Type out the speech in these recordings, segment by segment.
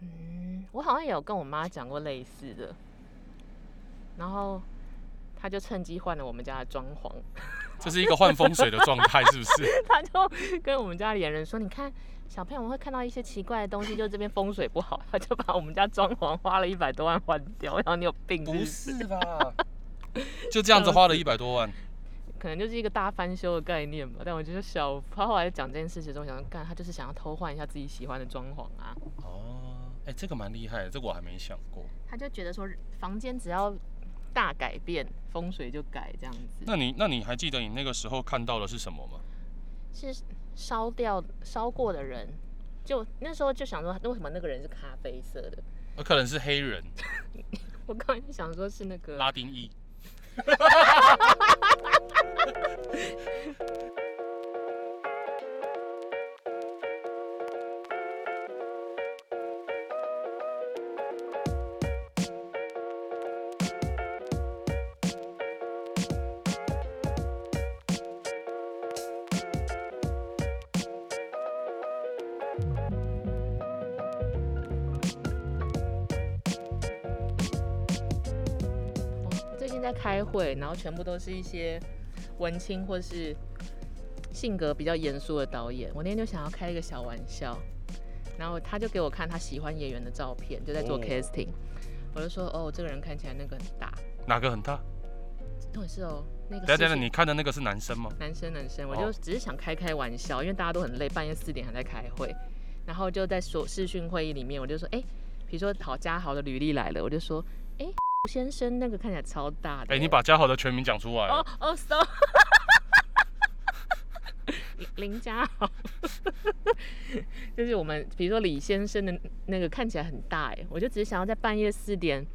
嗯我好像也有跟我妈讲过类似的，然后她就趁机换了我们家的装潢， 这是一个换风水的状态，是不是？她就跟我们家里的人说：“你看，小朋友们会看到一些奇怪的东西，就是这边风水不好。”她就把我们家装潢花了一百多万换掉，然后你有病是不不是是吧？ 就这样子花了一百多万，可能就是一个大翻修的概念吧。但我觉得小他后来讲这件事情中，想说干他就是想要偷换一下自己喜欢的装潢啊。哦，哎、这个蛮厉害的，这个我还没想过。他就觉得说房间只要大改变，风水就改这样子。那你那你还记得你那个时候看到的是什么吗？是烧掉烧过的人，就那时候就想说，为什么那个人是咖啡色的？ 呃可能是黑人、我刚才就想说是那个拉丁裔。我最近在开会，然后全部都是一些文青或是性格比较严肃的导演。我那天就想要开一个小玩笑，然后他就给我看他喜欢演员的照片，就在做哦 casting。我就说哦，这个人看起来那个很大，哪个很大？重点是哦，那个等一视下等一下，线你看的那个是男生吗？男生男生，我哦就只是想开开玩笑，因为大家都很累，半夜四点还在开会，然后就在说视讯会议里面，我就说，哎、比如说郝家豪的履历来了，我就说，哎、先生那个看起来超大的、哎、你把嘉豪的全名讲出来了哦哦，so，林林家豪， 就是我们比如说李先生的那个看起来很大哎，我就只是想要在半夜四点，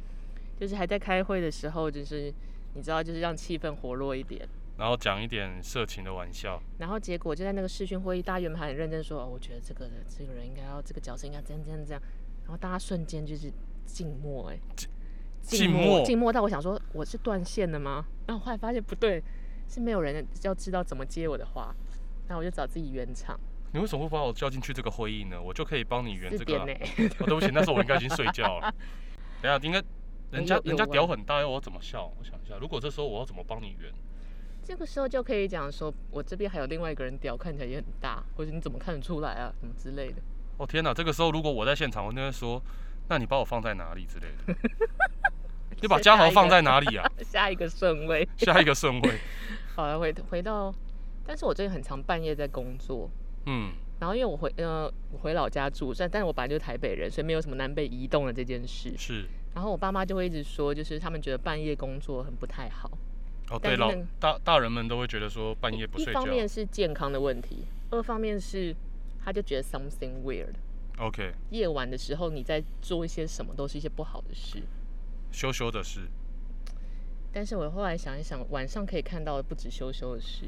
就是还在开会的时候，就是你知道，就是让气氛活络一点。然后讲一点色情的玩笑。然后结果就在那个视讯会议，大家原本还很认真说，哦，我觉得这个人这个人应该要这个角色应该这样这样这样，然后大家瞬间就是静默哎，静默静默到我想说我是断线了吗？然后后来发现不对，是没有人要知道怎么接我的话，然后我就找自己圆场，你为什么会把我叫进去这个会议呢？我就可以帮你圆四这个、点啊。呢、哦，对不起，那时候我应该已经睡觉 了。等一下，应该人家有有人家啊屌很大，要我怎么笑？我想一下，如果这时候我要怎么帮你圆？ 这个时候就可以讲说，我这边还有另外一个人屌看起来也很大，或者你怎么看得出来啊，什么之类的。哦天哪，这个时候如果我在现场，我就会说，那你把我放在哪里之类的。你把嘉豪放在哪里啊？下一个顺位，下一个顺位。好了，回回到，但是我最近很常半夜在工作，嗯，然后因为我回呃我回老家住，但但是我本来就是台北人，所以没有什么南北移动的这件事。是。然后我爸妈就会一直说，就是他们觉得半夜工作很不太好。但哦，对，是老那个大大人们都会觉得说半夜不一睡觉方。面是健康的问题，二方面是他就觉得 something weird。 OK，夜晚的时候你在做一些什么，都是一些不好的事。羞羞的事。但是我后来想一想，晚上可以看到的不止羞羞的事，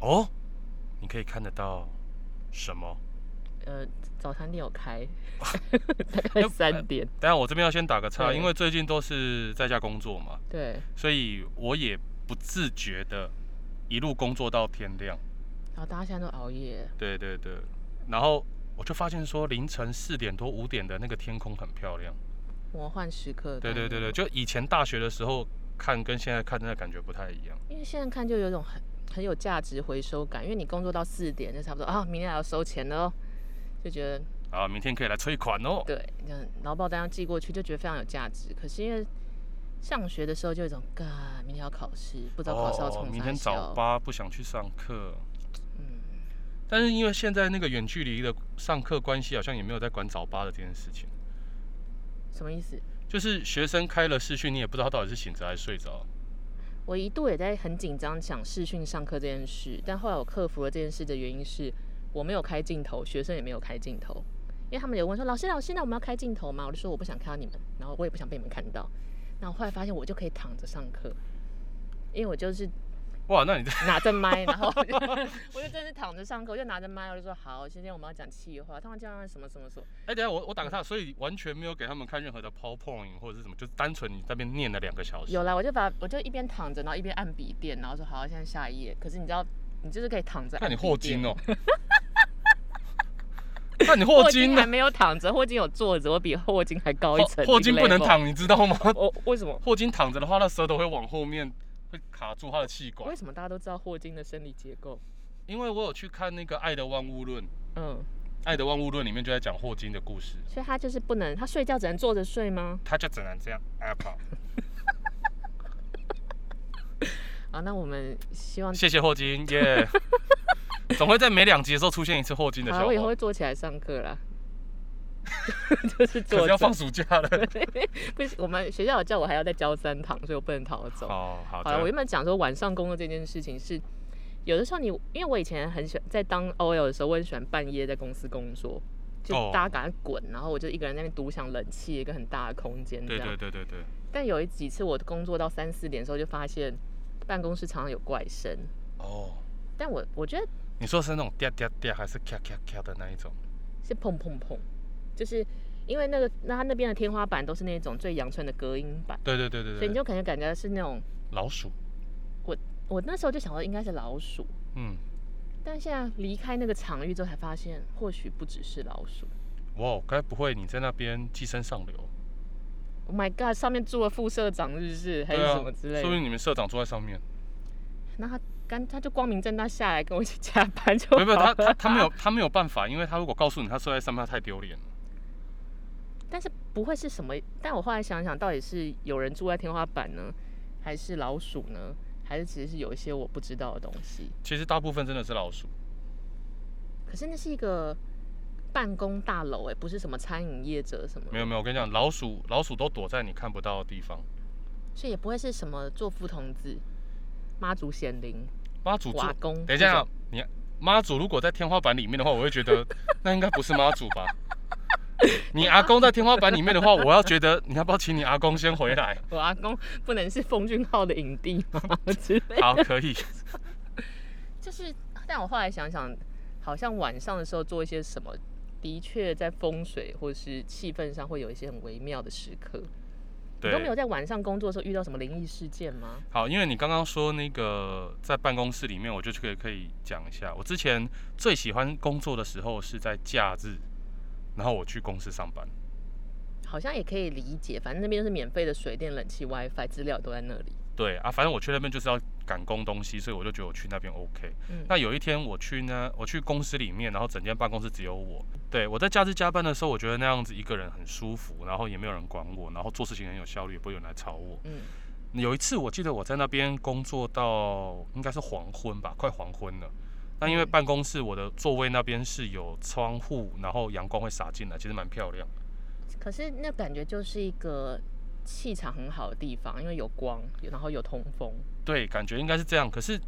哦，你可以看得到什么？呃，早餐店有 开，大概三点，等一下我这边要先打个岔，对因为最近都是在家工作嘛，对，所以我也不自觉的一路工作到天亮。然后大家现在都熬夜，对对对，然后我就发现说凌晨四点多五点的那个天空很漂亮。魔幻时刻。对对对对，，就以前大学的时候看跟现在看真的感觉不太一样。因为现在看就有一种很很有价值回收感，因为你工作到四点就差不多啊，明天还要收钱了哦，就觉得啊，明天可以来催款哦。对，就劳保单要寄过去，就觉得非常有价值。可是因为上学的时候就有一种，嘎，明天要考试，不知道考试要哦，从明啥天早小八不想去上课。嗯，但是因为现在那个远距离的上课关系，好像也没有在管早八的这件事情。什么意思？就是学生开了视讯，你也不知道他到底是醒着还是睡着。我一度也在很紧张想视讯上课这件事，但后来我克服了这件事的原因是我没有开镜头，学生也没有开镜头，因为他们有问说老师老师，那我们要开镜头吗？我就说我不想看到你们，然后我也不想被你们看到。然后后来发现我就可以躺着上课，因为我就是哇，那你这拿着麦，然后我 就我就真的是躺着上课，我就拿着麦，我就说好，今天我们要讲气话，他们这样什么什么什么， 哎，等一下我我打个岔，所以完全没有给他们看任何的 PowerPoint 或者是什么，就单纯你在那边念了两个小时。有啦，我就把我就一边躺着，然后一边按笔电，然后说好，现在下一 哦页。可是你知道，你就是可以躺着按看笔你电，霍金哦。那看你霍金还呢，没有躺着，霍金有坐着，我比霍金还高一层。霍霍金不能。躺，你知道吗？我为什么？霍金躺着的话，那舌头会往后面，会卡住他的气管为。什么大家都知道霍金的生理结构？因为我有去看那个《爱的万物论》，《嗯，爱的万物论》里面就在讲霍金的故事，所以他就是不能，他睡觉只能坐着睡吗？他就只能这样哎 Apple。啊，那我们希望，谢谢霍金， 耶、总会在每两集的时候出现一次霍金的好笑啦，我以后话会。坐起来上课 啦。就是可坐着是要，放暑假了。不行，我们学校有叫我还要再教三堂，所以我不能逃走。哦，好好了，我的原。本讲说晚上工作这件事情是，有的时候你，因为我以前很喜欢在当 OL 的时候，我很喜欢半夜在公司工作，就哦大家赶快滚，然后我就一个人在那边独享冷气一个很大的空间这对样。对对对对，但有一几次我工作到三四点的时候，就发现办公室常常有怪声。哦，但我我觉得你说的是那种嗲嗲嗲还是咔咔咔的那一种？是砰砰砰，就是因为那个那他那边的天花板都是那种最阳春的隔音板，对对对对对。所以你就可能感觉是那种，老鼠，我那时候就想说应该是老鼠，嗯，但现在离开那个场域之后才发现，或许不只是老鼠。哇，该不会你在那边寄生上流？ Oh my god！上面住了副社长，是不是？还对是啊，什么之类说的？明你们社长坐在上面。那他干他就光明正大下来跟我一起 啊加班就没有没有，好他他了他没 有他没有办法，因为他如果告诉你他睡在上面，他太丢脸了。但是不会是什么？但我后来想想，到底是有人住在天花板呢，还是老鼠呢？还是只是有一些我不知道的东西？其实大部分真的是老鼠。可是那是一个办公大楼，哎，不是什么餐饮业者什么的，没有没有，我跟你讲，老鼠老鼠都躲在你看不到的地方。所以也不会是什么做副童子、妈祖显灵、妈祖住，瓦工。等一下，，啊你妈祖如果在天花板里面的话，我会觉 得那应该不是妈祖吧？你阿公在天花板里面的话，我要觉得你要不要请你阿公先回 来？我阿公不能是奉俊昊的影帝吗？之类的好，可以。就是，但我后来想想，好像晚上的时候做一些什么，的确在风水或是气氛上会有一些很微妙的时刻。你都没有对，在晚上工作的时候遇到什么灵异事件吗？好，因为你刚刚说那个在办公室里面，我就可以可以讲一下。我之前最喜欢工作的时候是在假日，然后我去公司上班。好像也可以理解，反正那边就是免费的水电、冷气、WiFi，资料都在那里。对啊，反正我去那边就是要赶工东西，所以我就觉得我去那边 OK。嗯那有一天我去呢，我去公司里面，然后整间办公室只有我。对我在假日加班的时候，我觉得那样子一个人很舒服，然后也没有人管我，然后做事情很有效率，也不会有人来吵我。嗯，有一次我记得我在那边工作到应该是黄昏吧，快黄昏了。那因为嗯办公室我的座位那边是有窗户，然后阳光会洒进来，其实蛮漂亮。可是那感觉就是一个气场很好的地方，因为有光，然后有通风。对，感觉应该是这样。可是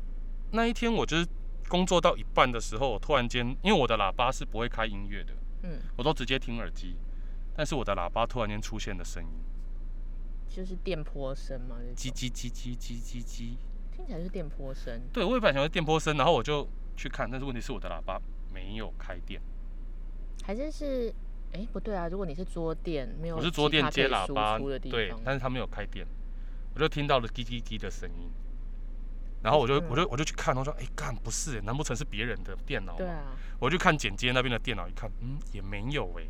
那一天我就是工作到一半的时候，我突然间，因为我的喇叭是不会开音乐的，嗯，我都直接听耳机，但是我的喇叭突然间出现的声音，就是电波声嘛，那种叽叽叽叽叽叽叽。听起来就是电波声。对，我也本来想是电波声，然后我就去看，但是问题是我的喇叭没有开电，还是是，哎、不对啊！如果你是桌垫，没有我是桌其他垫可以接喇输叭出的，地对，方，但是它没有开电，我就听到了叽叽叽的声音。然后我就我就我就去看，我说，哎，干不是，难不成是别人的电脑对吗？啊，我去看剪接那边的电脑，一看，嗯，也没有哎、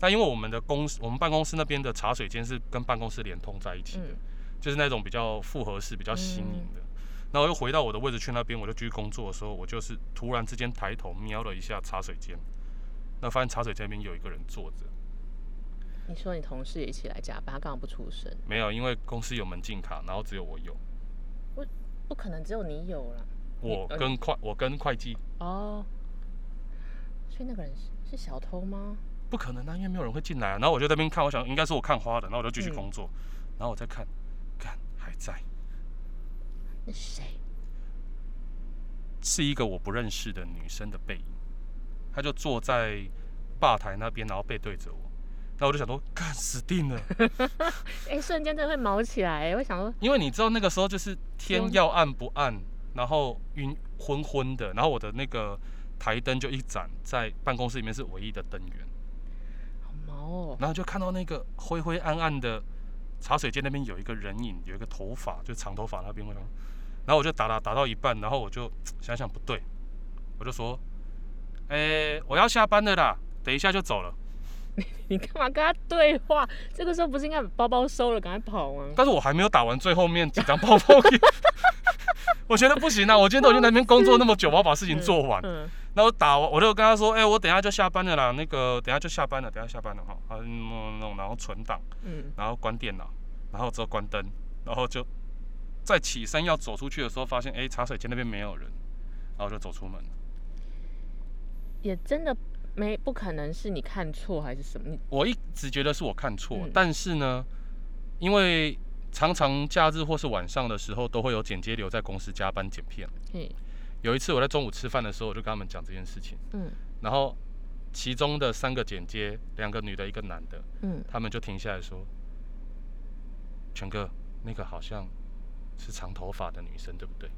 那因为我们的公司，我们办公室那边的茶水间是跟办公室连通在一起的，嗯就是那种比较复合式、比较新颖的。然后又回到我的位置去那边，我就继续工作的时候，我就是突然之间抬头瞄了一下茶水间，那发现茶水间那边有一个人坐着，你说你同事也一起来加班，他刚好不出声，没有，因为公司有门禁卡，然后只有我有，不可能只有你有啦。我呃跟会我跟会计哦，所以那个人是是小偷吗？不可能啊，因为没有人会进来、啊。然后我就在那边看，我想应该是我看花了，然后我就继续嗯工作，然后我再看，看还在。那是谁？是一个我不认识的女生的背影，她就坐在吧台那边，然后背对着我。那我就想说，干死定了， 哎、瞬间真的会毛起来、我想说，因为你知道那个时候就是天嗯要暗不暗，然后晕昏昏的，然后我的那个台灯就一盏，在办公室里面是唯一的灯源，好毛哦、 然后就看到那个灰灰暗暗的茶水间那边有一个人影，有一个头发，就长头发那边，我想，然后我就打打打到一半，然后我就想想不对，我就说，哎、我要下班了啦，等一下就走了。你干嘛跟他对话？这个时候不是应该把包包收了，赶快跑吗？但是我还没有打完最后面几张泡泡game，我觉得不行啊！我今天都已经在那边工作那么久，我要把事情做完。嗯，然后打完，我就跟他说：“哎、我等一下就下班了啦，那个等一下就下班了，等一下下班了哈。”啊，弄弄，然后存档，嗯，然后关电脑，然后之后关灯，然后就在起身要走出去的时候，发现哎、茶水间那边没有人，然后就走出门。也真的没不可能是你看错还是什么？你我一直觉得是我看错，嗯但是呢，因为常常假日或是晚上的时候，都会有剪接留在公司加班剪片。嘿，有一次我在中午吃饭的时候，我就跟他们讲这件事情，嗯然后其中的三个剪接，两个女的，一个男的，嗯，他们就停下来说：“全哥，那个好像是长头发的女生，对不对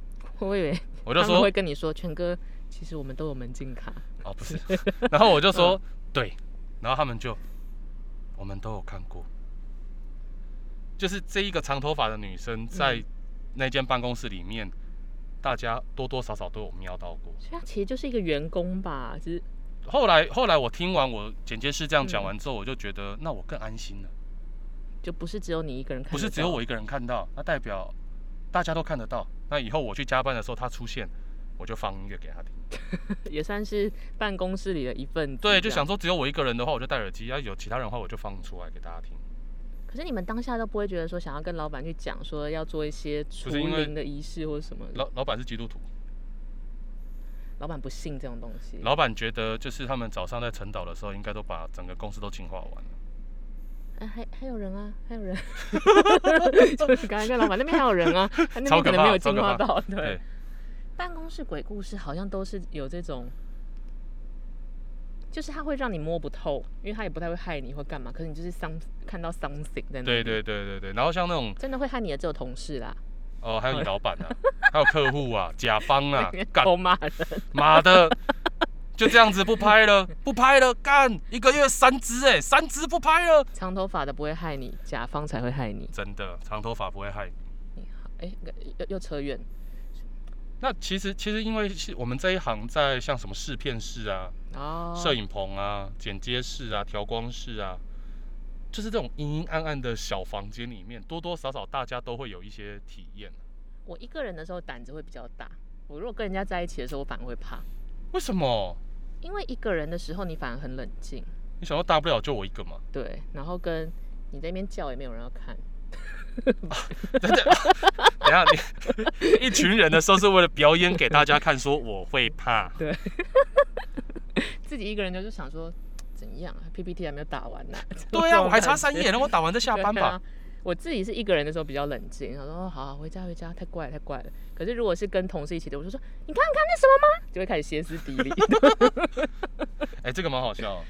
我以为？”我我就说会跟你说，全哥，其实我们都有门禁卡。：“哦，不是。” 然后我就嗯说：“对。”然后他们就，我们都有看过，就是这一个长头发的女生在嗯那间办公室里面，大家多多少少都有瞄到过。所以他其实就是一个员工吧，只是后来后来我听完我剪接师这样嗯讲完之后，我就觉得那我更安心了，就不是只有你一个人看得到，不是只有我一个人看到，那代表大家都看得到。那以后我去加班的时候，他出现，我就放音乐给他听。也算是办公室里的一份子这对，样。就想说只有我一个人的话，我就戴耳机；要啊有其他人的话，我就放出来给大家听。可是你们当下都不会觉得说想要跟老板去讲说要做一些除是因为灵的仪式或者什么的，老老板是基督徒，老板不信这种东西。老板觉得就是他们早上在晨祷的时候，应该都把整个公司都净化完了。哎、还还有人啊，还有人， 就是刚才跟老板那边还有 人啊，他那超边可可能没怕有超进可化怕到。对，，办公室鬼故事好像都是有这种，就是它会让你摸不透，因为它也不太会害你或干嘛，可是你就是 some 看到 something 在那里。对对对对对。然后像那种真的会害你的只有同事啦，哦，还有你老板啊，还有客户啊，甲方 啊，干偷骂人，妈的，就这样子不拍了，不拍了，干一个月三只哎、三只不拍了，长头发的不会害你，甲方才会害你。真的长头发不会害你。你好，哎、又又扯远，那其实其实因为是我们这一行在像什么试片室啊、哦，摄、影棚啊、剪接室啊、调光室啊，就是这种阴阴暗暗的小房间里面，多多少少大家都会有一些体验。我一个人的时候胆子会比较大，我如果跟人家在一起的时候，我反而会怕，为什么？因为一个人的时候你反而很冷静，你想说大不了就我一个嘛？对，然后跟你在那边叫也没有人要看， 等等等一下 你一群人的时候是为了表演给大家看，说我会怕。自己一个人就是想说怎样啊，PPT 还没有打完 呢、对这啊，种我还感差觉三页，然后我打完再下班对吧啊。。我自己是一个人的时候比较冷静，想说哦好好回家回家，太怪了太怪了。可是如果是跟同事一起的，我就说你看你看那什么吗？就会开始歇斯底 里。哎、这个蛮好笑哦。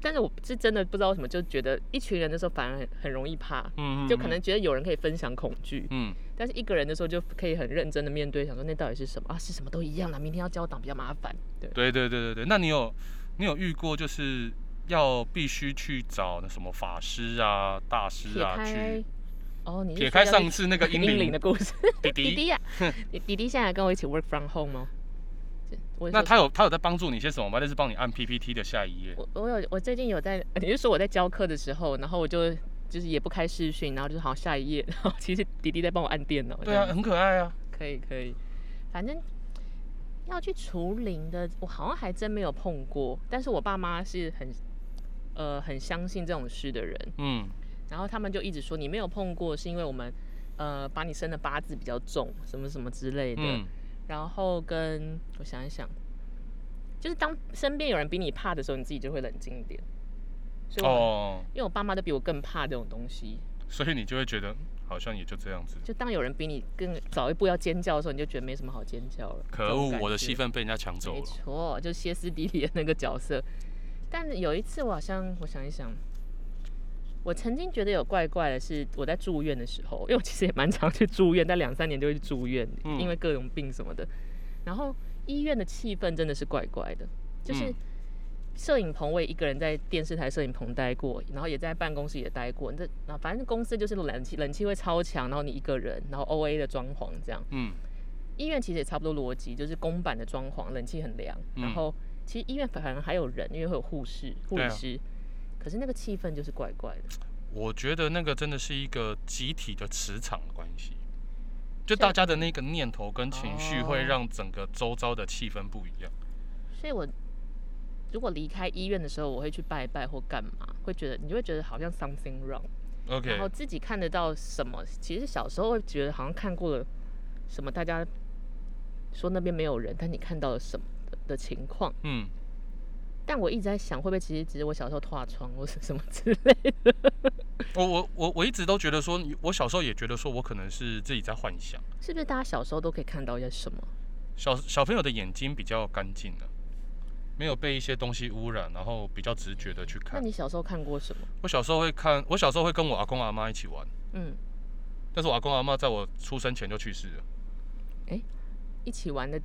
但是我是真的不知道为什么，就觉得一群人的时候反而很很容易怕，嗯，就可能觉得有人可以分享恐惧，嗯，但是一个人的时候就可以很认真的面对，想说那到底是什么啊？是什么都一样啦，明天要交档比较麻烦。对，对对对对对。那你有你有遇过就是要必须去找那什么法师啊、大师撇啊开去哦，你是说撇开要上去次那个英英灵灵的故事，弟弟啊弟弟，呀、你弟弟现在来跟我一起 work from home 吗？这我那说他有他有在帮助你些什么吗？就是帮你按 PPT 的下一页。我我有我最近有在， 你是说我在教课的时候，然后我就就是也不开视讯，然后就是好下一页，然后其实弟弟在帮我按电脑。对这啊，样很可爱啊。可以可以，反正要去除灵的，我好像还真没有碰过。但是我爸妈是很呃很相信这种事的人，嗯，然后他们就一直说你没有碰过，是因为我们呃把你生的八字比较重，什么什么之类的。嗯，然后跟我想一想，就是当身边有人比你怕的时候，你自己就会冷静一点。所以我，哦，因为我爸妈都比我更怕这种东西，所以你就会觉得好像也就这样子。就当有人比你更早一步要尖叫的时候，你就觉得没什么好尖叫了。可这种恶，感我的觉戏份被人家抢走没了。错，就歇斯底里的那个角色。 但有一次，我好像我想一想，我曾经觉得有怪怪的是，我在住院的时候，因为我其实也蛮常去住院，但两三年就会去住院，嗯因为各种病什么的。然后医院的气氛真的是怪怪的，就是嗯摄影棚我也一个人在电视台摄影棚待过，然后也在办公室也待过。那那反正公司就是冷气冷气会超强，然后你一个人，然后 O A 的装潢这样。嗯医院其实也差不多逻辑，就是公版的装潢，冷气很凉，嗯然后其实医院反而还有人，因为会有护士、护对理啊师，可是那个气氛就是怪怪的。我觉得那个真的是一个集体的磁场的关系，所以就大家的那个念头跟情绪哦会让整个周遭的气氛不一样。所以我如果离开医院的时候，我会去拜拜或干嘛，会觉得你就会觉得好像 something wrong，然 OK，后自己看得到什么。其实小时候会觉得好像看过了什么，大家说那边没有人，但你看到了什么的的情况。嗯，但我一直在想，会不会其实只是我小时候画窗或是什么之类的？我我我我一直都觉得说，我小时候也觉得说我可能是自己在幻想， 是不是大家小时候都可以看到一些什么？小小朋友的眼睛比较干净了。没有被一些东西污染，然后比较直觉的去那看。你小时候看过什么？我小时候会看，我小时候会跟我阿公阿妈一起玩，嗯，但是我阿公阿妈在我出生前就去世了，一起玩的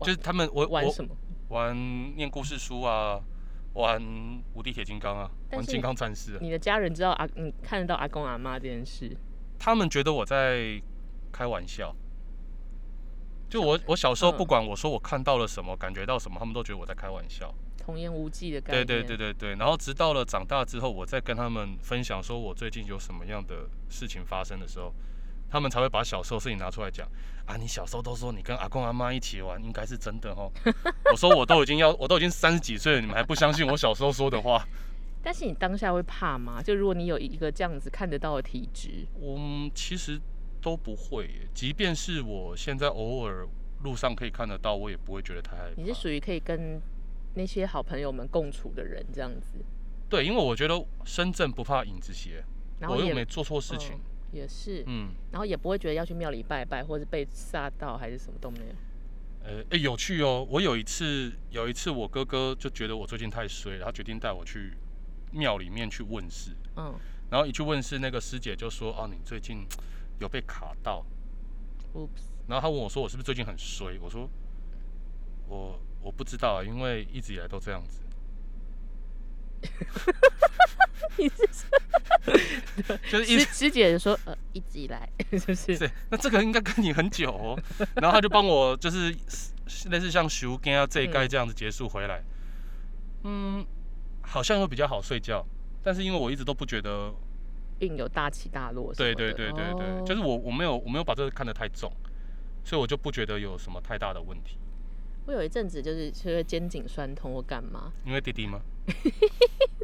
就是他们我玩我什么？玩念故事书啊，玩无敌铁金刚啊，但玩是金刚战士、啊。你的家人知道阿你看得到阿公阿妈这件事？他们觉得我在开玩笑。就我我小时候嗯不管我说我看到了什么，感觉到什么，他们都觉得我在开玩笑。童言无忌的概对念。对对对对。然后直到了长大之后，我再跟他们分享说我最近有什么样的事情发生的时候，他们才会把小时候事情拿出来讲。啊，你小时候都说你跟阿公阿妈一起玩，应该是真的 哦。我说我都已经要我都已经三十几岁了，你们还不相信我小时候说的话？但是你当下会怕吗？就如果你有一个这样子看得到的体质，我们其实都不会耶，即便是我现在偶尔路上可以看得到，我也不会觉得太害怕。你是属于可以跟那些好朋友们共处的人这样子，对，因为我觉得深圳不怕影子斜，然后我又也没做错事情嗯。也是，嗯，然后也不会觉得要去庙里拜拜，或者被吓到还是什么都没有。呃、诶有趣哦。我有一次，有一次我哥哥就觉得我最近太衰了，他决定带我去庙里面去问事。嗯，然后一去问事，那个师姐就说：“哦，你最近有被卡到。我”然后他问我说：“我是不是最近很衰？”我说：“我我不知道啊，因为一直以来都这样子。” 你是 就是一师直师姐说，呃，一直以来 是不是？对，那这个应该跟你很久哦。然后他就帮我就是类似像修跟啊这一盖这样子结束回来，嗯，好像会比较好睡觉。但是因为我一直都不觉得，运有大起大落什么对的。对对对对，就是哦我我没有我没有把这个看得太重，所以我就不觉得有什么太大的问题。我有一阵子就是就是肩颈酸痛或干嘛，因为弟弟吗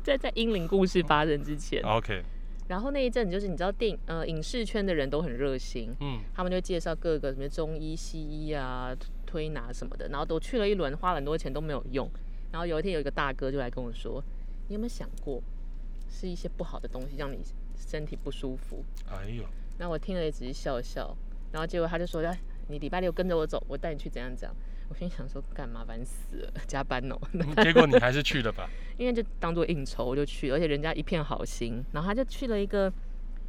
在在英灵故事发生之前，啊？OK，然后那一阵子就是你知道电影呃影视圈的人都很热心，嗯，他们就介绍各个什么中医、西医啊、推拿什么的，然后都去了一轮，花了很多钱都没有用。然后有一天有一个大哥就来跟我说：“你有没有想过，是一些不好的东西让你身体不舒服哎呦，？”然后我听了也只是笑笑，然后结果他就说：“哎，你礼拜六跟着我走，我带你去怎样怎样。”我心想说：“干嘛烦死了，加班哦。”嗯结果你还是去了吧？因为就当做应酬，我就去，而且人家一片好心，然后他就去了一个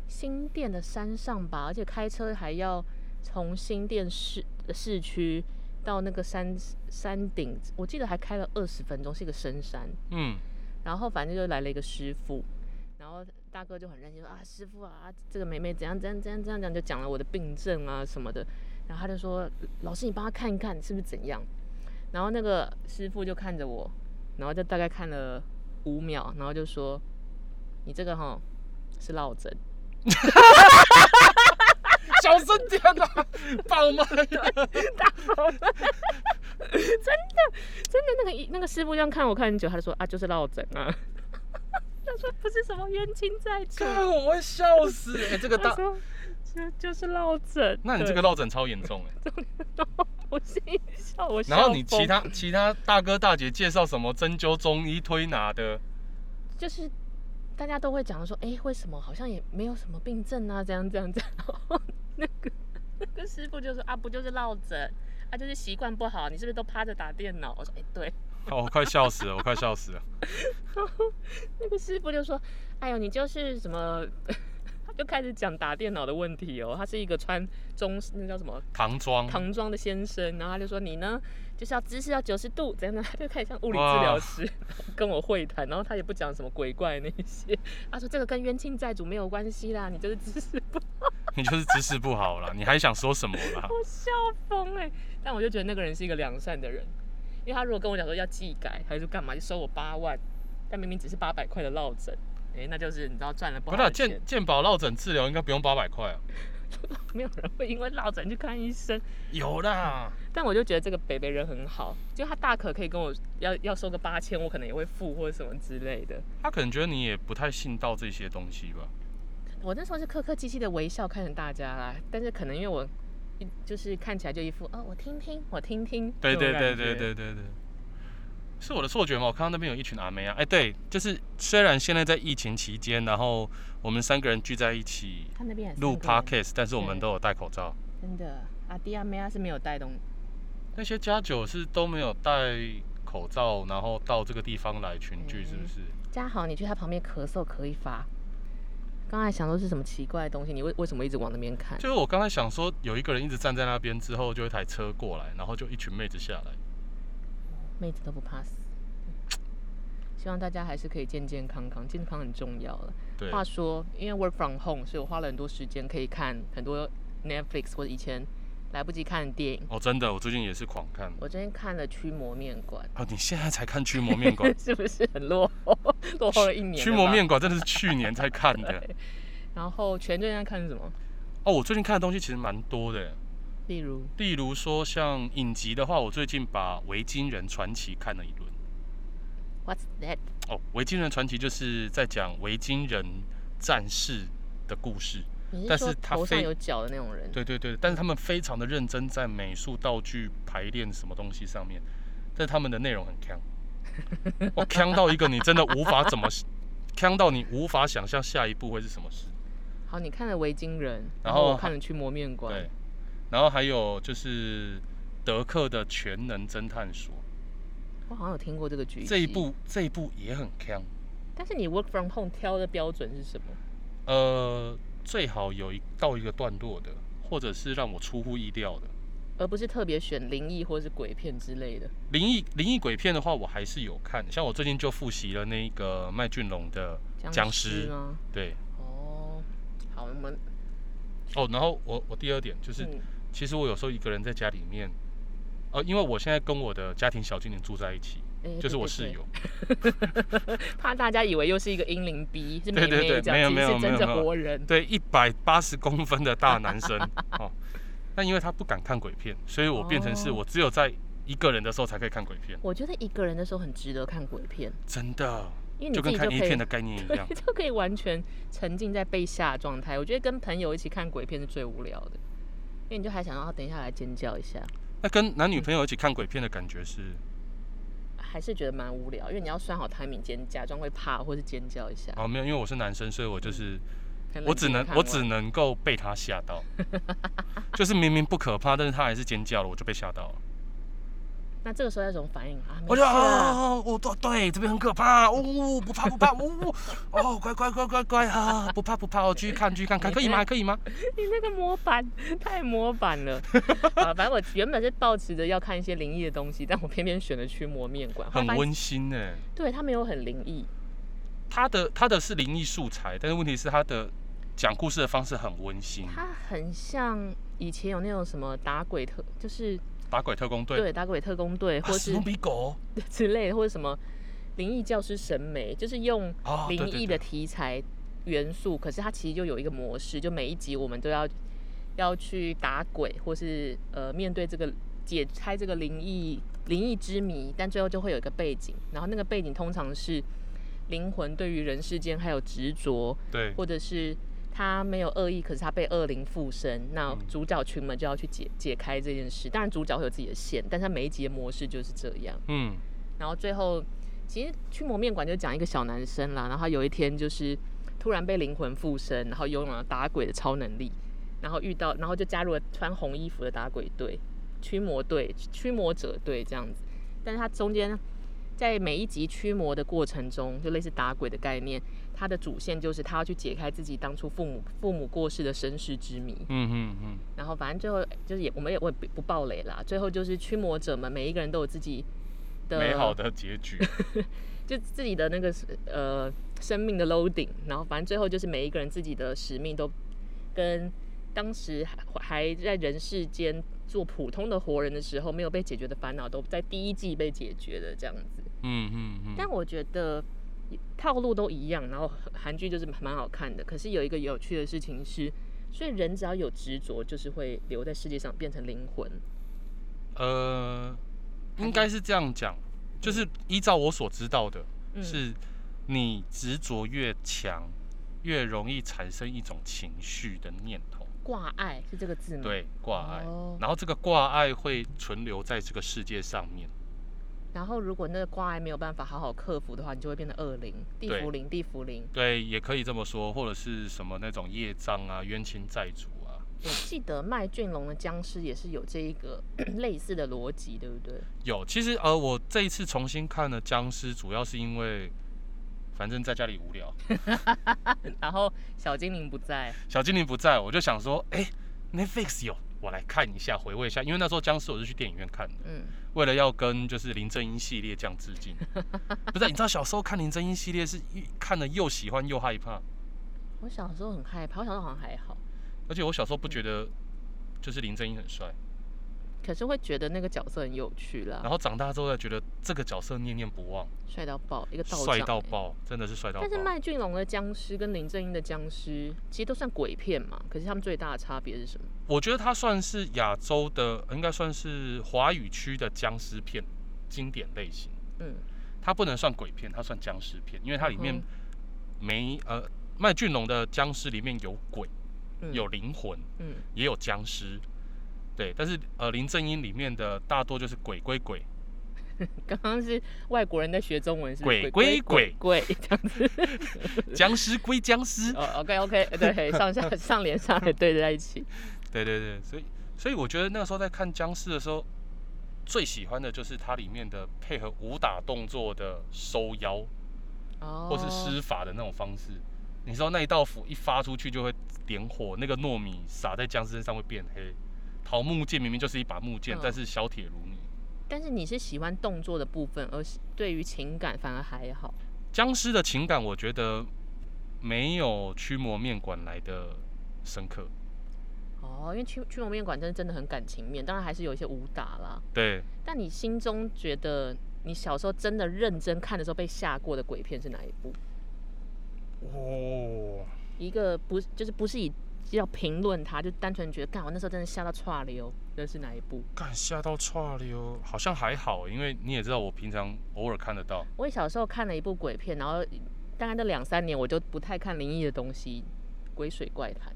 新店的山上吧，而且开车还要从新店市市区到那个山山顶，我记得还开了二十分钟，是一个深山，嗯，然后反正就来了一个师傅，然后大哥就很认真说啊，师傅啊，这个妹妹怎样怎样怎样怎样怎样，就讲了我的病症啊什么的，然后他就说老师你帮他看一看是不是怎样，然后那个师傅就看着我，然后就大概看了五秒，然后就说你这个哈是落枕， 小声点啊， 爆麦 了。真的那个医那个师傅这样看我看很久，他就说啊就是落枕啊， 他说不是什么冤亲债主，看我会笑死！哎、这个他 大，说就就是落枕，那你这对个落枕超严重哎、我心里笑，我然后笑你疯其他其他大哥大姐介绍什么针灸、中医、推拿的，就是大家都会讲说，哎、为什么好像也没有什么病症啊，这样这样这样。然后那 个那个师傅就说啊，不就是落枕啊，就是习惯不好，你是不是都趴着打电脑？我说哎、对。哦，我快笑死了，我快笑死了。那个师傅就说，哎呦，你就是什么。 他就开始讲打电脑的问题哦，他是一个穿中那叫什么唐装，唐装的先生，然后他就说你呢就是要姿势要九十度怎样的， 他就开始像物理治哇疗师 跟我会谈，然后他也不讲什么鬼怪那些， 他说这个跟冤亲债主没有关系啦，你就是姿势不你就是姿势不 好啦，你还想说什么啦？欸 我笑疯哎、但我就觉得那个人是一个良善的人，因为他如果跟我讲说要技改还是干嘛，就收我八万，但明明只是八百块的落枕，哎、那就是你知道赚了不不好是啊的钱健。健保落枕治疗应该不用八百块啊？ 没有人会因为落枕去看医生。有啦，但我就觉得这个北北人很好，就他大可可以跟我要要收个八千，我可能也会付或者什么之类的。他可能觉得你也不太信到这些东西吧？我那时候是客客气气的微笑看着大家啦，但是可能因为我一就是看起来就一副哦，我听听，我听听。对这对种对感对觉对对对，是我的错觉吗？我看到那边有一群阿妹啊，哎，对，就是虽然现在在疫情期间，然后我们三个人聚在一起他那边也是录三个人 podcast，但是我们对都有戴口罩。真的阿迪阿妹啊是没有带动，那些家酒是都没有戴口罩，然后到这个地方来群聚，嗯是不是？嘉豪你去他旁边咳嗽咳一发。刚才想说是什么奇怪的东西，你为为什么一直往那边看？就是我刚才想说，有一个人一直站在那边之后，就一台车过来，然后就一群妹子下来。妹子都不怕死。希望大家还是可以健健康康，健康很重要了。对，话说，因为 work from home，所以我花了很多时间可以看很多 Netflix 或者以前来不及看的电影。哦，真的，我最近也是狂看。我昨天看了《驱魔面馆》，哦，你现在才看《驱魔面馆》是不是很落后？ 落后了一年。 《驱魔。面馆》真的是去年才看的。对。然后全最近在看什么？哦，我最近看的东西其实蛮多的，例如，例如说像影集的话，我最近把《维京人传奇》看了一轮。 《What's That》哦，《维京人传奇》就是在讲维京人战士的故事。你是但是说他头上非有角的那种人？对对对，但是他们非常的认真在美术、道具、排练什么东西上面，但是他们的内容很强，我强到一个你真的无法怎么，强到你无法想象下一步会是什么事。好，你看了《维京人》，然然后后我看了《驱魔面馆》对，然后还有就是德克的全能侦探所我好像有听过这个剧集。这一部，这一部也很强，但是你 work from home 挑的标准是什么？呃，最好有一到一个段落的，或者是让我出乎意料的。而不是特别选灵异或是鬼片之类的。灵异灵异鬼片的话，我还是有看，像我最近就复习了那个麦浚龙的僵尸吗？对，哦，好，我们哦，然后我我第二点就是，嗯其实我有时候一个人在家里面，呃，因为我现在跟我的家庭小精灵住在一起，诶就是对我哎对室对友，怕大家以为又是一个英灵逼，是妹对对对妹这没有样，其没实有是真没有没的有活人。对，一百八十公分的大 男生哦，但因为他不敢看鬼片，所以我变成是哦我只有在一个人的时候才可以看鬼片，我觉得一个人的时候很值得看鬼片，真的，因为你自就跟己看就一可以。片的概念一样 就可以完全沉浸在被吓的状态。我觉得跟朋友一起看鬼片是最无聊的，因为你就还想要等一下来尖叫一下，那跟男女朋友一起看鬼片的感觉是，还是觉得蛮无聊，因为你要算好 timing，尖假装会怕或是尖叫一下。哦，没有，因为我是男生，所以我嗯就是。很我冷只静地能看我完只能够被他吓到， 就是明明不可怕，但是他还是尖叫了，我就被吓到了。那这个时候要怎么反应啊？我没事就啦，啊，我对对，这边很可怕，呜、哦，不怕不怕，呜、哦，哦，乖乖乖乖乖啊，不怕不怕，我继续看继续看，看可以吗？可以吗？你那个模板太模板 了。啊，反正我原本是抱持着要看一些灵异的东西，但我偏偏选了驱魔面馆，后来很发现温馨呢、对，它没有很灵异，他的他的是灵异素材，但是问题是他的讲故事的方式很温馨，它很像以前有那种什么打鬼特，就是打鬼特工队，对打鬼特工队，啊，或是史努比狗之类的，或者什么灵异教师审美，就是用啊，对灵对异的，对题材元素，可是它其实就有一个模式，就每一集我们都要要去打鬼，或是呃面对这个解开这个灵异灵异之谜，但最后就会有一个背景，然后那个背景通常是灵魂对于人世间还有执着，对或者是他没有恶意，可是他被恶灵附身，嗯那主角群们就要去解解开这件事。当然主角会有自己的线，但是他每一集的模式就是这样。嗯，然后最后，其实驱魔面馆就讲一个小男生啦，然后他有一天就是突然被灵魂附身，然后拥有了打鬼的超能力，然后遇到，然后就加入了穿红衣服的打鬼队、驱魔队、 驱魔者队这样子。但是他中间在每一集驱魔的过程中，就类似打鬼的概念，他的主线就是他要去解开自己当初父母父母过世的身世之谜。嗯嗯嗯，然后反正最后就是也我们也我也不不爆雷啦，最后就是驱魔者们每一个人都有自己的美好的 结局，就自己的那个是呃生命的 loading，然后反正最后就是每一个人自己的使命都跟当时还还在人世间做普通的活人的时候没有被解决的烦恼，都在第一季被解决的这样子。嗯嗯嗯，但我觉得套路都一样，然后韩剧就是蛮好看的。可是有一个有趣的事情是，所以人只要有执着，就是会留在世界上变成灵魂。呃，应该是这样讲，就是依照我所知道的，嗯，是你执着越强，越容易产生一种情绪的念头，挂碍是这个字吗？。对，挂碍。嗯哦然后这个挂碍会存留在这个世界上面，然后如果那个挂碍没有办法好好克服的话，你就会变成恶灵、地对府灵、地府灵。对，也可以这么说，或者是什么那种业障啊、冤亲债主啊，我记得麦浚龙的僵尸也是有这一个类似的逻辑，对不对？有，其实呃，我这一次重新看了《僵尸》，主要是因为，反正在家里无聊，然后小精灵不在，小精灵不在，我就想说，哎、n e t f l i x 有，我来看一下，回味一下。因为那时候《僵尸》我是去电影院看的，嗯，为了要跟就是林正英系列这样致 敬。不是，你知道小时候看林正英系列是一看了又喜欢又害怕，我小时候很害怕，我小时候好像还好，而且我小时候不觉得就是林正英很帅，可是会觉得那个角色很有趣啦然，后长大之后才觉得这个角色念念不忘，帅到爆，一个道帅长到欸爆，真的是帅到爆但。是麦浚龙的僵尸跟林正英的僵尸其实都算鬼片嘛，可是他们最大的差别是什么？我觉得它算是亚洲的，应该算是华语区的僵尸片经典类型。嗯，它不能算鬼片，它算僵尸片，因为它里面嗯没、呃麦浚龙的僵尸里面有鬼，嗯有灵魂，嗯也有僵尸。对，但是呃，林正英里面的大多就是鬼归鬼， 刚刚是外国人在学中文，是不是鬼归鬼鬼鬼这样子。僵尸归僵尸。哦，OK OK，对， 上下上联上联对在一起。对对对，所以所以我觉得那个时候在看僵尸的时候，最喜欢的就是它里面的配合武打动作的收腰，哦，或是施法的那种方式。你知道那一道符一发出去就会点火，那个糯米撒在僵尸身上会变黑。桃木剑明明就是一把木剑，嗯但是削铁如泥。但是你是喜欢动作的部分，而是对于情感反而还好。僵尸的情感，我觉得没有驱魔面馆来的深刻。哦，因为驱驱魔面馆真的真的很感情面，当然还是有一些武打啦。对，但你心中觉得你小时候真的认真看的时候被吓过的鬼片是哪一部？哦，一个不就是不是以要评论它，就单纯觉得干我那时候真的吓到岔流，那是哪一部？敢吓到岔流，好像还好，欸因为你也知道我平常偶尔看得到。我小时候看了一部鬼片，然后大概那两三年我就不太看灵异的东西，《鬼水怪谈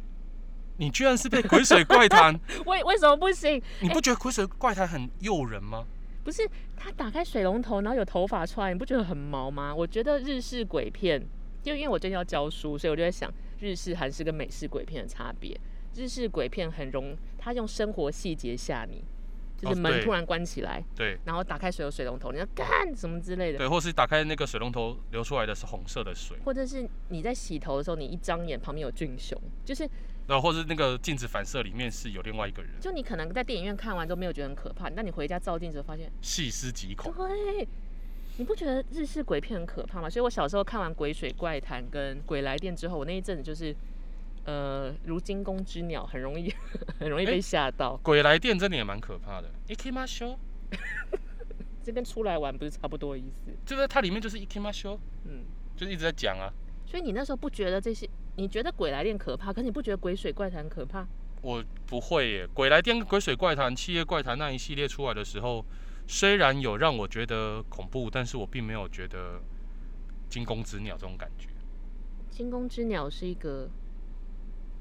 你居然是被《鬼水怪谈》，》 为为什么不行？你不觉得《鬼水怪谈》很诱人吗？不是他打开水龙头，然后有头发出来，你不觉得很毛吗？我觉得日式鬼片，就因为我最近要教书，所以我就在想日式、韩式跟美式鬼片的差别。日式鬼片很容，他用生活细节吓你，就哦是门对突然关起来，对然后打开水有水龙头，你要干什么之类的，对，或是打开那个水龙头流出来的是红色的水。或者是你在洗头的时候，你一张眼旁边有俊雄，就是然后或是那个镜子反射里面是有另外一个人，就你可能在电影院看完都没有觉得很可怕，但你回家照镜子发现，细思极恐。对，你不觉得日式鬼片很可怕吗？所以我小时候看完《鬼水怪谈》跟《鬼来电》之后，我那一阵子就是，呃，如惊弓之鸟，很容易很容易被诶吓到。鬼来电真的也蛮可怕的，ikimasho，这跟出来玩不是差不多的意思？就是它里面就是 ikimasho，嗯，就是一直在讲啊。所以你那时候不觉得这些，你觉得《鬼来电》可怕，可是你不觉得《鬼水怪谈》可怕？我不会耶，鬼来电、鬼水怪谈、七夜怪谈那一系列出来的时候，虽然有让我觉得恐怖，但是我并没有觉得惊弓之鸟这种感觉，惊弓之鸟是一个，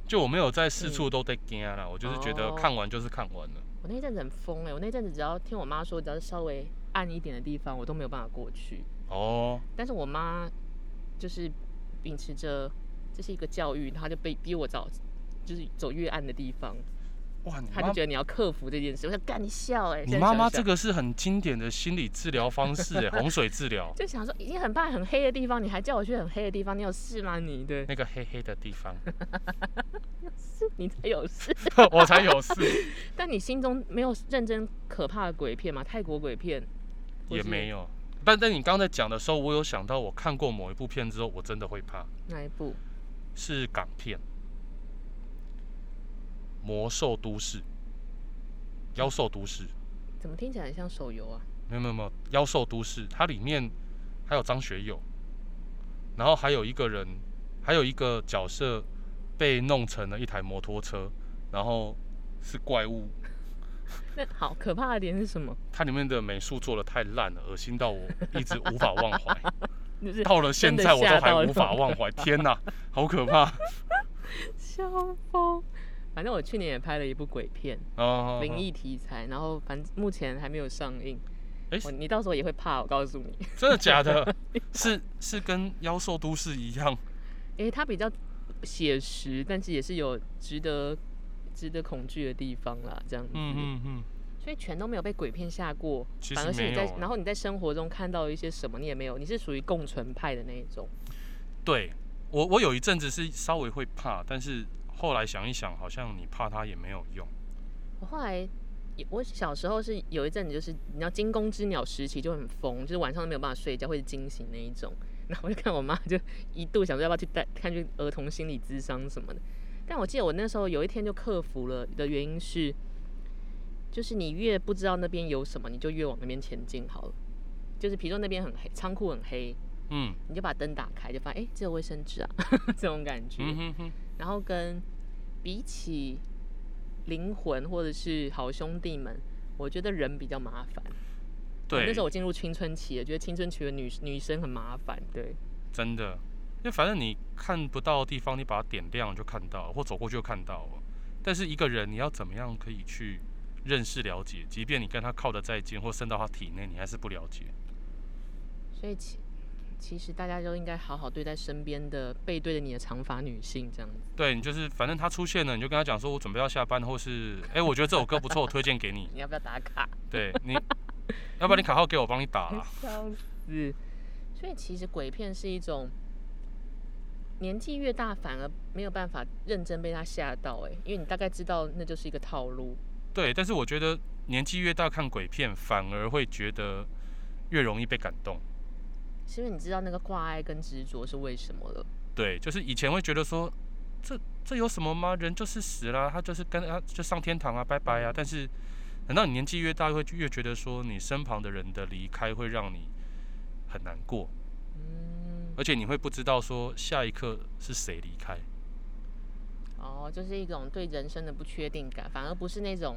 就我没有在四处都在惊啦，我就是觉得嗯哦看完就是看完了。我那一阵子很疯哎、我那一阵子只要听我妈说，只要是稍微暗一点的地方，我都没有办法过去。哦，但是我妈就是秉持着这是一个教育，她就被逼我找，就是走越暗的地方，哇，你她就妈觉得你要克服这件事。我想干你笑哎、欸，你现在妈妈想想这个是很经典的心理治疗方式耶，洪水治疗。就想说已经很怕很黑的地方，你还叫我去很黑的地方，你有事吗你？对， 那个黑黑的地方， 你才有事。我才有事，但你心中没有认真可怕的鬼片吗？泰国鬼片也没有有。但但你刚才讲的时候，我有想到我看过某一部片之后，我真的会怕，哪一部？是港片《魔兽都市》。妖兽都市》，怎么听起来很像手游啊？没有没有没有，《妖兽都市》它里面还有张学友，然后还有一个人，还有一个角色被弄成了一台摩托车，然后是怪物。那好可怕的点是什么？它里面的美术做的太烂了，恶心到我一直无法忘怀。就是到了现真的在，我吓都还到无了法忘怀。天哪，好可怕！笑疯。反正我去年也拍了一部鬼片，啊，灵异题材，然后反正目前还没有上映。诶我你到时候也会怕，我告诉 你。真的假的？是是跟《妖兽都市》一样诶、它比较写实，但是也是有值得值得恐惧的地方啦，这样子。嗯嗯嗯，所以全都没有被鬼片吓过，其反而实是没你在有欸，然后你在生活中看到一些什么，你也没有，你是属于共存派的那一种。对我我有一阵子是稍微会怕，但是后来想一想，好像你怕它也没有用。我后来也，我小时候是有一阵子，就是你知道惊弓之鸟时期就很疯，就是晚上都没有办法睡觉，会惊醒那一种。 然后我就看我妈，就一度想说要不要去带看去儿童心理咨商什么的。但我记得我那时候有一天就克服了的原因是，就是你越不知道那边有什么，你就越往那边前进好了。就是比如说那边很黑，仓库很黑，嗯你就把灯打开，就发现哎、诶只有卫生纸啊 这种感觉。嗯哼哼，然后跟比起灵魂或者是好兄弟们，我觉得人比较麻烦。哦对那时，候我进入青春期了，觉得青春期的女女生很麻烦。对，真的，因为反正你看不到的地方，你把它点亮就看到了，或走过去就看到了。但是一个人你要怎么样可以去认识了解？即便你跟他靠得再近，或伸到他体内，你还是不了解。所以其其实大家都应该好好对待身边的背对着你的长发女性这样子。对你就是，反正他出现了，你就跟他讲说，我准备要下班，或是，哎、我觉得这首歌不错，我推荐给你。你要不要打卡？对 你，要不然你卡号给我，我帮你打啦。笑死！所以其实鬼片是一种。年纪越大，反而没有办法认真被他吓到、欸，哎，因为你大概知道那就是一个套路。对，但是我觉得年纪越大，看鬼片反而会觉得越容易被感动。是因为你知道那个挂碍跟执着是为什么了。对，就是以前会觉得说，这这有什么吗？人就是死啦，他就是跟他就上天堂啊，拜拜啊。但是，等到你年纪越大，会越觉得说，你身旁的人的离开会让你很难过，嗯，而且你会不知道说下一刻是谁离开。哦，就是一种对人生的不确定感，反而不是那种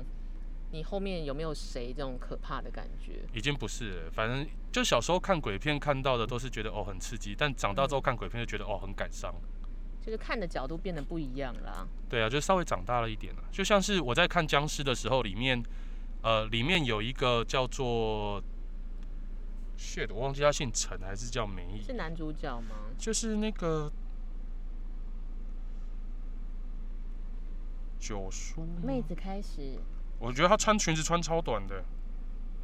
你后面有没有谁这种可怕的感觉。已经不是了，反正就小时候看鬼片看到的都是觉得哦很刺激，但长大之后看鬼片就觉得哦很感伤。就是看的角度变得不一样啦。对啊，就稍微长大了一点了。就像是我在看僵尸的时候，里面呃里面有一个叫做 shit，我忘记他姓陈还是叫梅是姨，男主角吗？就是那个九叔吗，妹子开始我觉得她穿裙子穿超短的，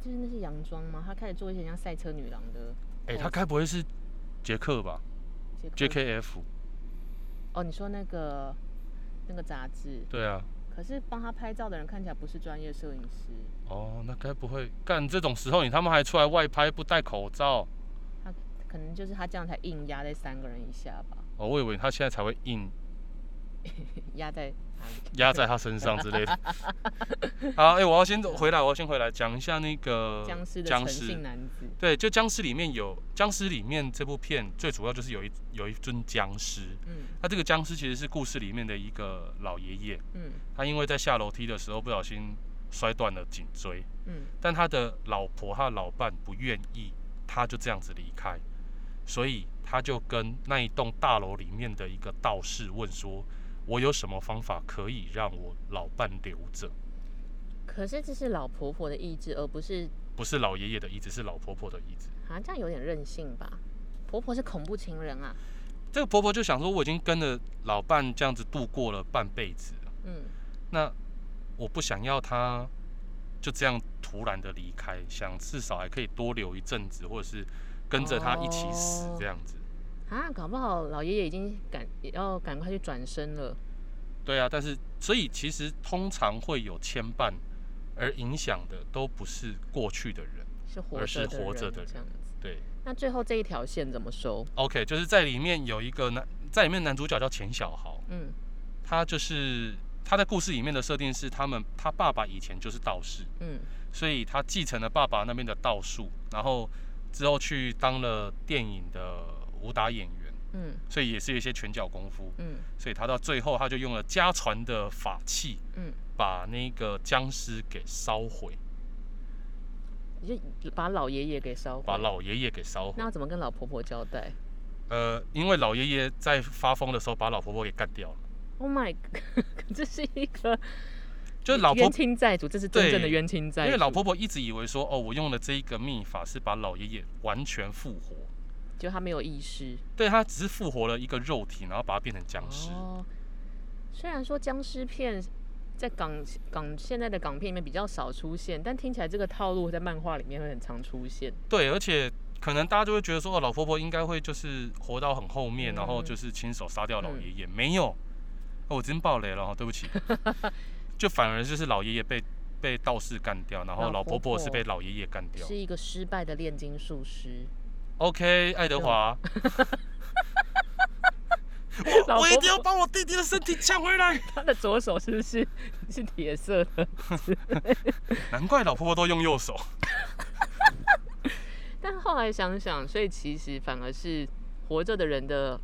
就是那是洋装吗？她开始做一些像赛车女郎的哎、哦她该不会是杰克吧杰克。 ？JKF，哦，你说那个那个杂志，对啊，可是帮她拍照的人看起来不是专业摄影师，哦，那该不会干这种时候你他们还出来外拍不戴口罩？可能就是她这样才硬压在三个人以下吧，哦，我以为他现在才会硬压在哪里？压在他身上之类的。 好，哎、我要先回来，我要先回来讲一下那个僵尸的呃僵诚信尸。男子。对，就僵尸里面有僵尸里面这部片最主要就是有一有一尊僵尸，嗯那这个僵尸其实是故事里面的一个老爷爷，嗯他因为在下楼梯的时候不小心摔断了颈椎，嗯，但他的老婆他的老伴不愿意，他就这样子离开，所以他就跟那一栋大楼里面的一个道士问说：“我有什么方法可以让我老伴留着？可是这是老婆婆的意志，而不是不是老爷爷的意志，是老婆婆的意志。啊，这样有点任性吧？婆婆是恐怖情人啊。”这个婆婆就想说：“我已经跟着老伴这样子度过了半辈子了，嗯，那我不想要他就这样突然的离开，想至少还可以多留一阵子，或者是跟着他一起死哦这样子。”啊，搞不好老爷爷已经赶也要赶快去转身了。对啊，但是所以其实通常会有牵绊，而影响的都不是过去的人。是活而着是的活着人的人这样子，对那最后这一条线怎么收？ ，OK，就是在里面有一个男，在里面男主角叫钱小豪，嗯他就是他在故事里面的设定是，他们他爸爸以前就是道士，嗯所以他继承了爸爸那边的道术，然后之后去当了电影的武打演员，嗯所以也是有一些拳脚功夫。嗯所以他到最后，他就用了家传的法器，嗯，把那个僵尸给烧毁，你就把老爷爷给烧毁把，老爷爷给烧那毁。要怎么跟老婆婆交代呃，因为老爷爷在发疯的时候把老婆婆给干掉了， ？Oh my，god，这 是一个就是老婆冤，亲债主，这是真正的对冤亲债因主，为老婆婆一直以为说，哦，我用的这一个秘法是把老爷爷完全复活，就他没有意识。对他只是复活了一个肉体，然后把它变成僵尸。哦，虽然说僵尸片在港港现在的港片里面比较少出现，但听起来这个套路在漫画里面会很常出现。对，而且可能大家就会觉得说，哦，老婆婆应该会就是活到很后面，嗯然后就是亲手杀掉老爷爷。没有，哦我真爆雷了哈，对不 起。就反而就是老爷爷被被道士干掉，然后老老婆婆婆婆是被老爷爷干掉是。一个失败的炼金术师， OK，爱 德华，老我一婆定要婆把我弟弟的身体抢回 来。 他的左手是不是是铁色的？难怪老婆婆都用右手。 但后来想想，所以其实反而是活着的人的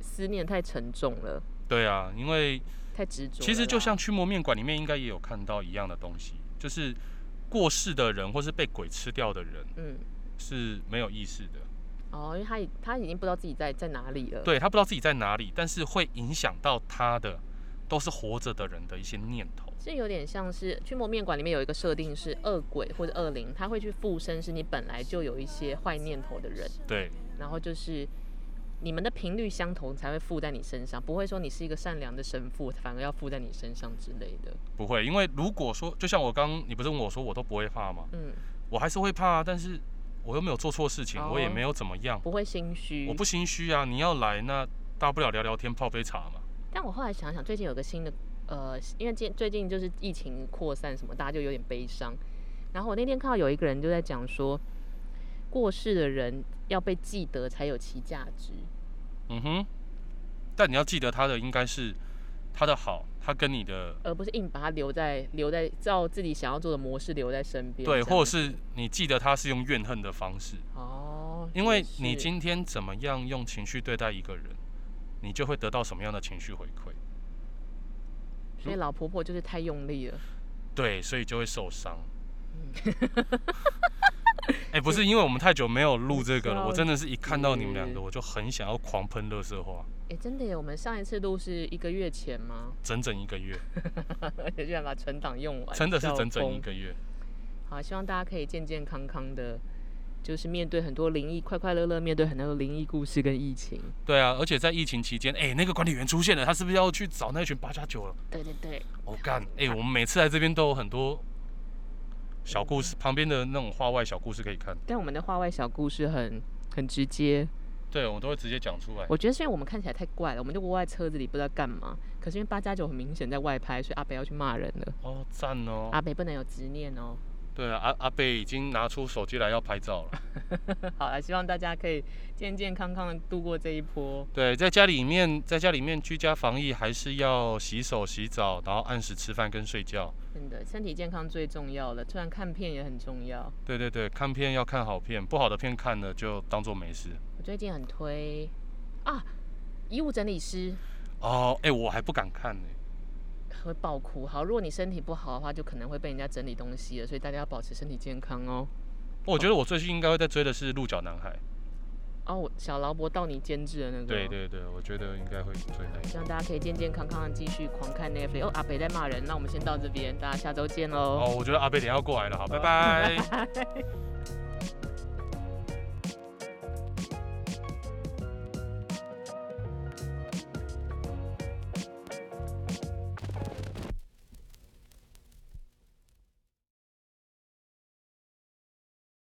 思念太沉重了，对啊，因为太执着了啦。其实就像《驱魔面馆》里面应该也有看到一样的东西，就是过世的人或是被鬼吃掉的人嗯。是没有意识的。哦，因为他已他已经不知道自己在在哪里了。，对他不知道自己在哪里，但是会影响到他的都是活着的人的一些念头。这有点像是驱魔面馆里面有一个设定是恶鬼或者恶灵，他会去附身，是你本来就有一些坏念头的人，对然后就是你们的频率相同才会附在你身上，不会说你是一个善良的神父，反而要附在你身上之类的。不会，因为如果说，就像我刚你不是问我说我都不会怕吗？嗯，我还是会怕啊，但是我又没有做错事情，哦嗯我也没有怎么样，不会心虚。我不心虚啊。你要来，那大不了聊聊天，泡杯茶嘛。但我后来想想，最近有个新的，呃，因为近最近就是疫情扩散什么，大家就有点悲伤。然后我那天看到有一个人就在讲说，过世的人要被记得才有其价值。嗯哼，但你要记得他的应该是他的好，他跟你的而不是硬把它留在留在照自己想要做的模式留在身边这对，样子。或者是你记得他是用怨恨的方式。哦，因也为你是今天怎么样用情绪对待一个人，你就会得到什么样的情绪回馈。所以老婆婆就是太用力了，对，所以就会受伤。嗯 哎、不是因为我们太久没有录这个了，我真的是一看到你们两笑个，死我就很想要狂喷乐色话，哎、真的耶！我们上一次录是一个月前吗？ 整整一个月，而且居然把存档用完，真的是笑整整一疯个月。好，希望大家可以健健康康的，就是面对很多灵异，快快乐乐面对很多灵异故事跟疫情。对啊，而且在疫情期间，哎、那个管理员出现了，他是不是要去找那群八加九了？对对对，我、干，哎、我们每次来这边都有很多小故事，旁边的那种话外小故事可以看。但我们的话外小故事很很直接，对，我都会直接讲出来。我觉得是因为我们看起来太怪了，我们就窝在车子里不知道干嘛。可是因为八加九很明显在外拍，所以阿北要去骂人了。哦，赞哦！阿北不能有执念哦。对啊，阿阿贝已经拿出手机来要拍照了。 好了，希望大家可以健健康康的度过这一波。对，在家里面，在家里面居家防疫，还是要洗手、洗澡，然后按时吃饭跟睡觉。真的，身体健康最重要了，虽然看片也很重要。对对对，看片要看好片，不好的片看了就当做没事。我最近很推啊，遗物整理师哦，哎、我还不敢看呢、会爆哭。好，如果你身体不好的话，就可能会被人家整理东西了，所以大家要保持身体健康哦。我觉得我最近应该会在追的是《鹿角男孩》。哦，我小劳勃到你监制的那个，哦对。对对，我觉得应该会追那一希个。望大家可以健健康康的继续狂看 Netflix。哦，阿北在骂人，那我们先到这边，大家下周见喽。哦，我觉得阿贝等一下要过来了，好，拜拜。